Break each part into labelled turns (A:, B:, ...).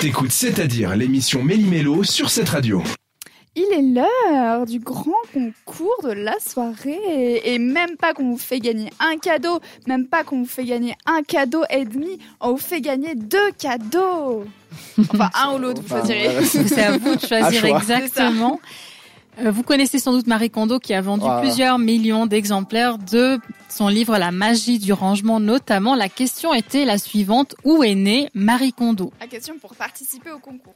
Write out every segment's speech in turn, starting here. A: T'écoutes C'est-à-dire l'émission Méli-Mélo sur cette radio.
B: Il est l'heure du grand concours de la soirée. Et même pas qu'on vous fait gagner un cadeau, même pas qu'on vous fait gagner un cadeau et demi, on vous fait gagner deux cadeaux. Enfin, un ou l'autre, vous
C: Enfin,
B: choisirez.
D: C'est à vous de choisir
C: À choix.
D: exactement. Euh, Vous connaissez sans doute Marie Kondo qui a vendu
C: Voilà.
D: plusieurs millions d'exemplaires de son livre La magie du rangement notamment. La question était la suivante, où est née Marie Kondo
B: La question pour participer au concours.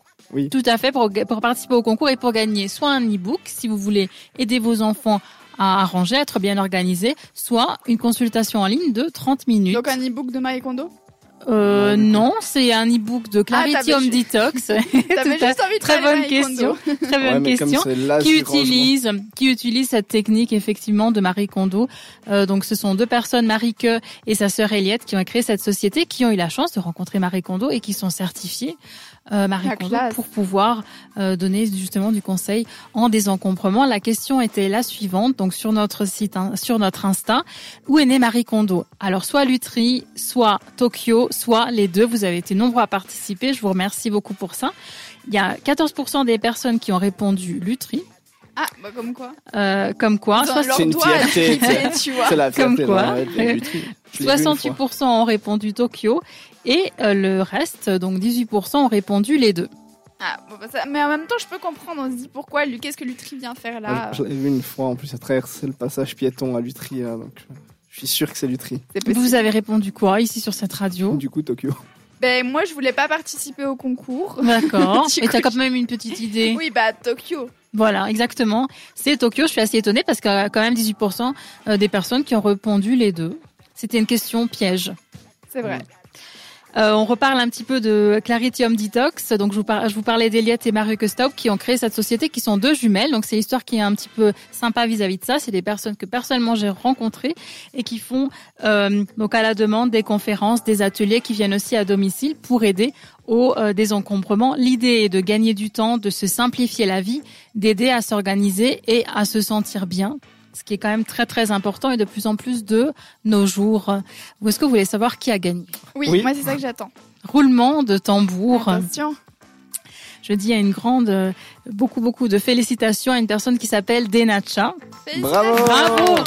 D: Tout à fait, pour, pour participer au concours et pour gagner soit un e-book si vous voulez aider vos enfants à ranger, à être bien organisés, soit une consultation en ligne de 30 minutes.
B: Donc un e-book de Marie Kondo
D: Euh, non, c'est un e-book de Clarity
B: t'avais
D: Home
B: juste-
D: Detox. Tout à-
B: T'avais juste envie de
D: Très
B: parler
D: bonne
B: Marie Kondo.
D: question. Très
C: Ouais,
D: bonne
C: mais
D: question.
C: comme c'est l'âge
D: Qui
C: du rangement.
D: utilise, qui utilise cette technique effectivement de Marie Kondo. Euh, donc ce sont deux personnes, Marie Que et sa sœur Eliette, qui ont créé cette société, qui ont eu la chance de rencontrer Marie Kondo et qui sont certifiées euh, Marie
B: La
D: Kondo
B: classe.
D: pour pouvoir euh, donner justement du conseil en désencombrement. La question était la suivante, donc sur notre site, hein, sur notre Insta, où est née Marie Kondo Alors soit Lutry, soit Tokyo, soit les deux. Vous avez été nombreux à participer. Je vous remercie beaucoup pour ça. Il y a 14% des personnes qui ont répondu Lutry,
B: Ah, bah comme quoi.
D: euh, comme quoi.
B: Dans
D: Soit-
B: leur
C: C'est une
B: doigt,
C: fierté,
B: elle a dit, tu vois.
C: C'est la
D: Comme
C: fierté,
D: quoi.
C: là, ouais, de la lutterie. Je l'ai vu une fois.
D: 68% ont répondu Tokyo et euh, le reste, donc 18%, ont répondu les deux.
B: Ah, bon, bah, ça- mais en même temps, je peux comprendre. On se dit pourquoi, lui, qu'est-ce que Lutri vient faire là
C: Moi, Ah, Je je l'ai vu une fois en plus à traverser le passage piéton à Lutry, là, donc je- je suis sûr que c'est Lutry.
B: C'est possible.
D: Vous avez répondu quoi ici sur cette radio
C: Du coup, Tokyo.
B: Ben, moi, je voulais pas participer au concours.
D: D'accord.
B: J'ai
D: Mais
B: cru
D: t'as quand même une petite idée.
B: Oui, bah, Tokyo.
D: Voilà, exactement. C'est Tokyo. Je suis assez étonnée parce qu'il y a quand même 18% euh, des personnes qui ont répondu les deux. C'était une question piège.
B: C'est vrai.
D: Euh, on reparle un petit peu de Clarity Home Detox. Donc, je vous, par- je vous parlais d'Eliette et Marie Staub qui ont créé cette société, qui sont deux jumelles. Donc, c'est l'histoire qui est un petit peu sympa vis-à-vis de ça. C'est des personnes que personnellement j'ai rencontrées et qui font euh, donc à la demande des conférences, des ateliers, qui viennent aussi à domicile pour aider au euh, désencombrement. L'idée est de gagner du temps, de se simplifier la vie, d'aider à s'organiser et à se sentir bien. Ce qui est quand même très très important et de plus en plus de nos jours. Ou est-ce que vous voulez savoir qui a gagné
B: Oui,
C: Oui.
B: moi, c'est ça que j'attends.
D: roulement de tambour.
C: Ah,
B: Attention.
D: Je dis à une grande, euh, beaucoup, beaucoup de félicitations à une personne qui s'appelle Denacha.
C: Bravo.
B: Félicitations.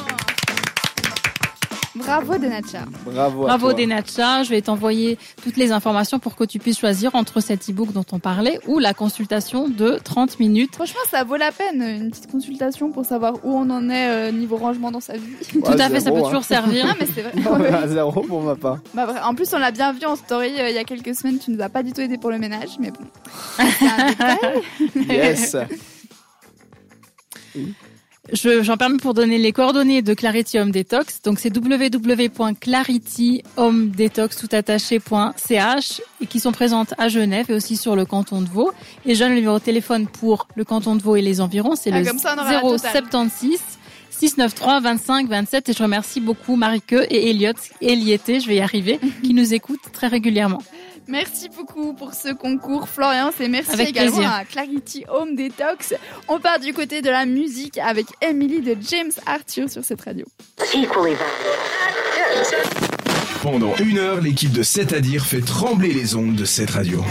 B: Bravo, Denacha.
C: Bravo. à
D: Bravo
C: toi.
D: Denacha, je vais t'envoyer toutes les informations pour que tu puisses choisir entre cet e-book dont on parlait ou la consultation de 30 minutes.
B: Franchement, ça vaut la peine, une petite consultation pour savoir où on en est euh, niveau rangement dans sa vie.
C: Ouais,
D: Tout à fait, ça
C: zéro,
D: peut
C: hein.
D: toujours servir.
B: non, mais c'est vrai.
C: Non, mais à hein. zéro pour ma part.
B: Bah, vrai. en plus, on l'a bien vu en story euh, il y a quelques semaines, tu nous as pas du tout aidé pour le ménage, mais bon. C'est un détail.
C: Yes.
D: Je- J'en permets pour donner les coordonnées de Clarity Home Detox. Donc c'est www.clarityhomedetox toutattaché.ch et qui sont présentes à Genève et aussi sur le canton de Vaud. Et je donne le numéro de téléphone pour le canton de Vaud et les environs, c'est
B: Ah,
D: le
B: comme ça, on aura la totale.
D: 076 693 25 27 et je remercie beaucoup Marie-Que et Elliot, Eliété, je vais y arriver, qui nous écoutent très régulièrement.
B: Merci beaucoup pour ce concours, Florian, et merci
D: Avec
B: également
D: plaisir.
B: à Clarity Home Detox. On part du côté de la musique avec Emily de James Arthur sur cette radio.
A: Pendant une heure, l'équipe de C'est-à-dire fait trembler les ondes de cette radio.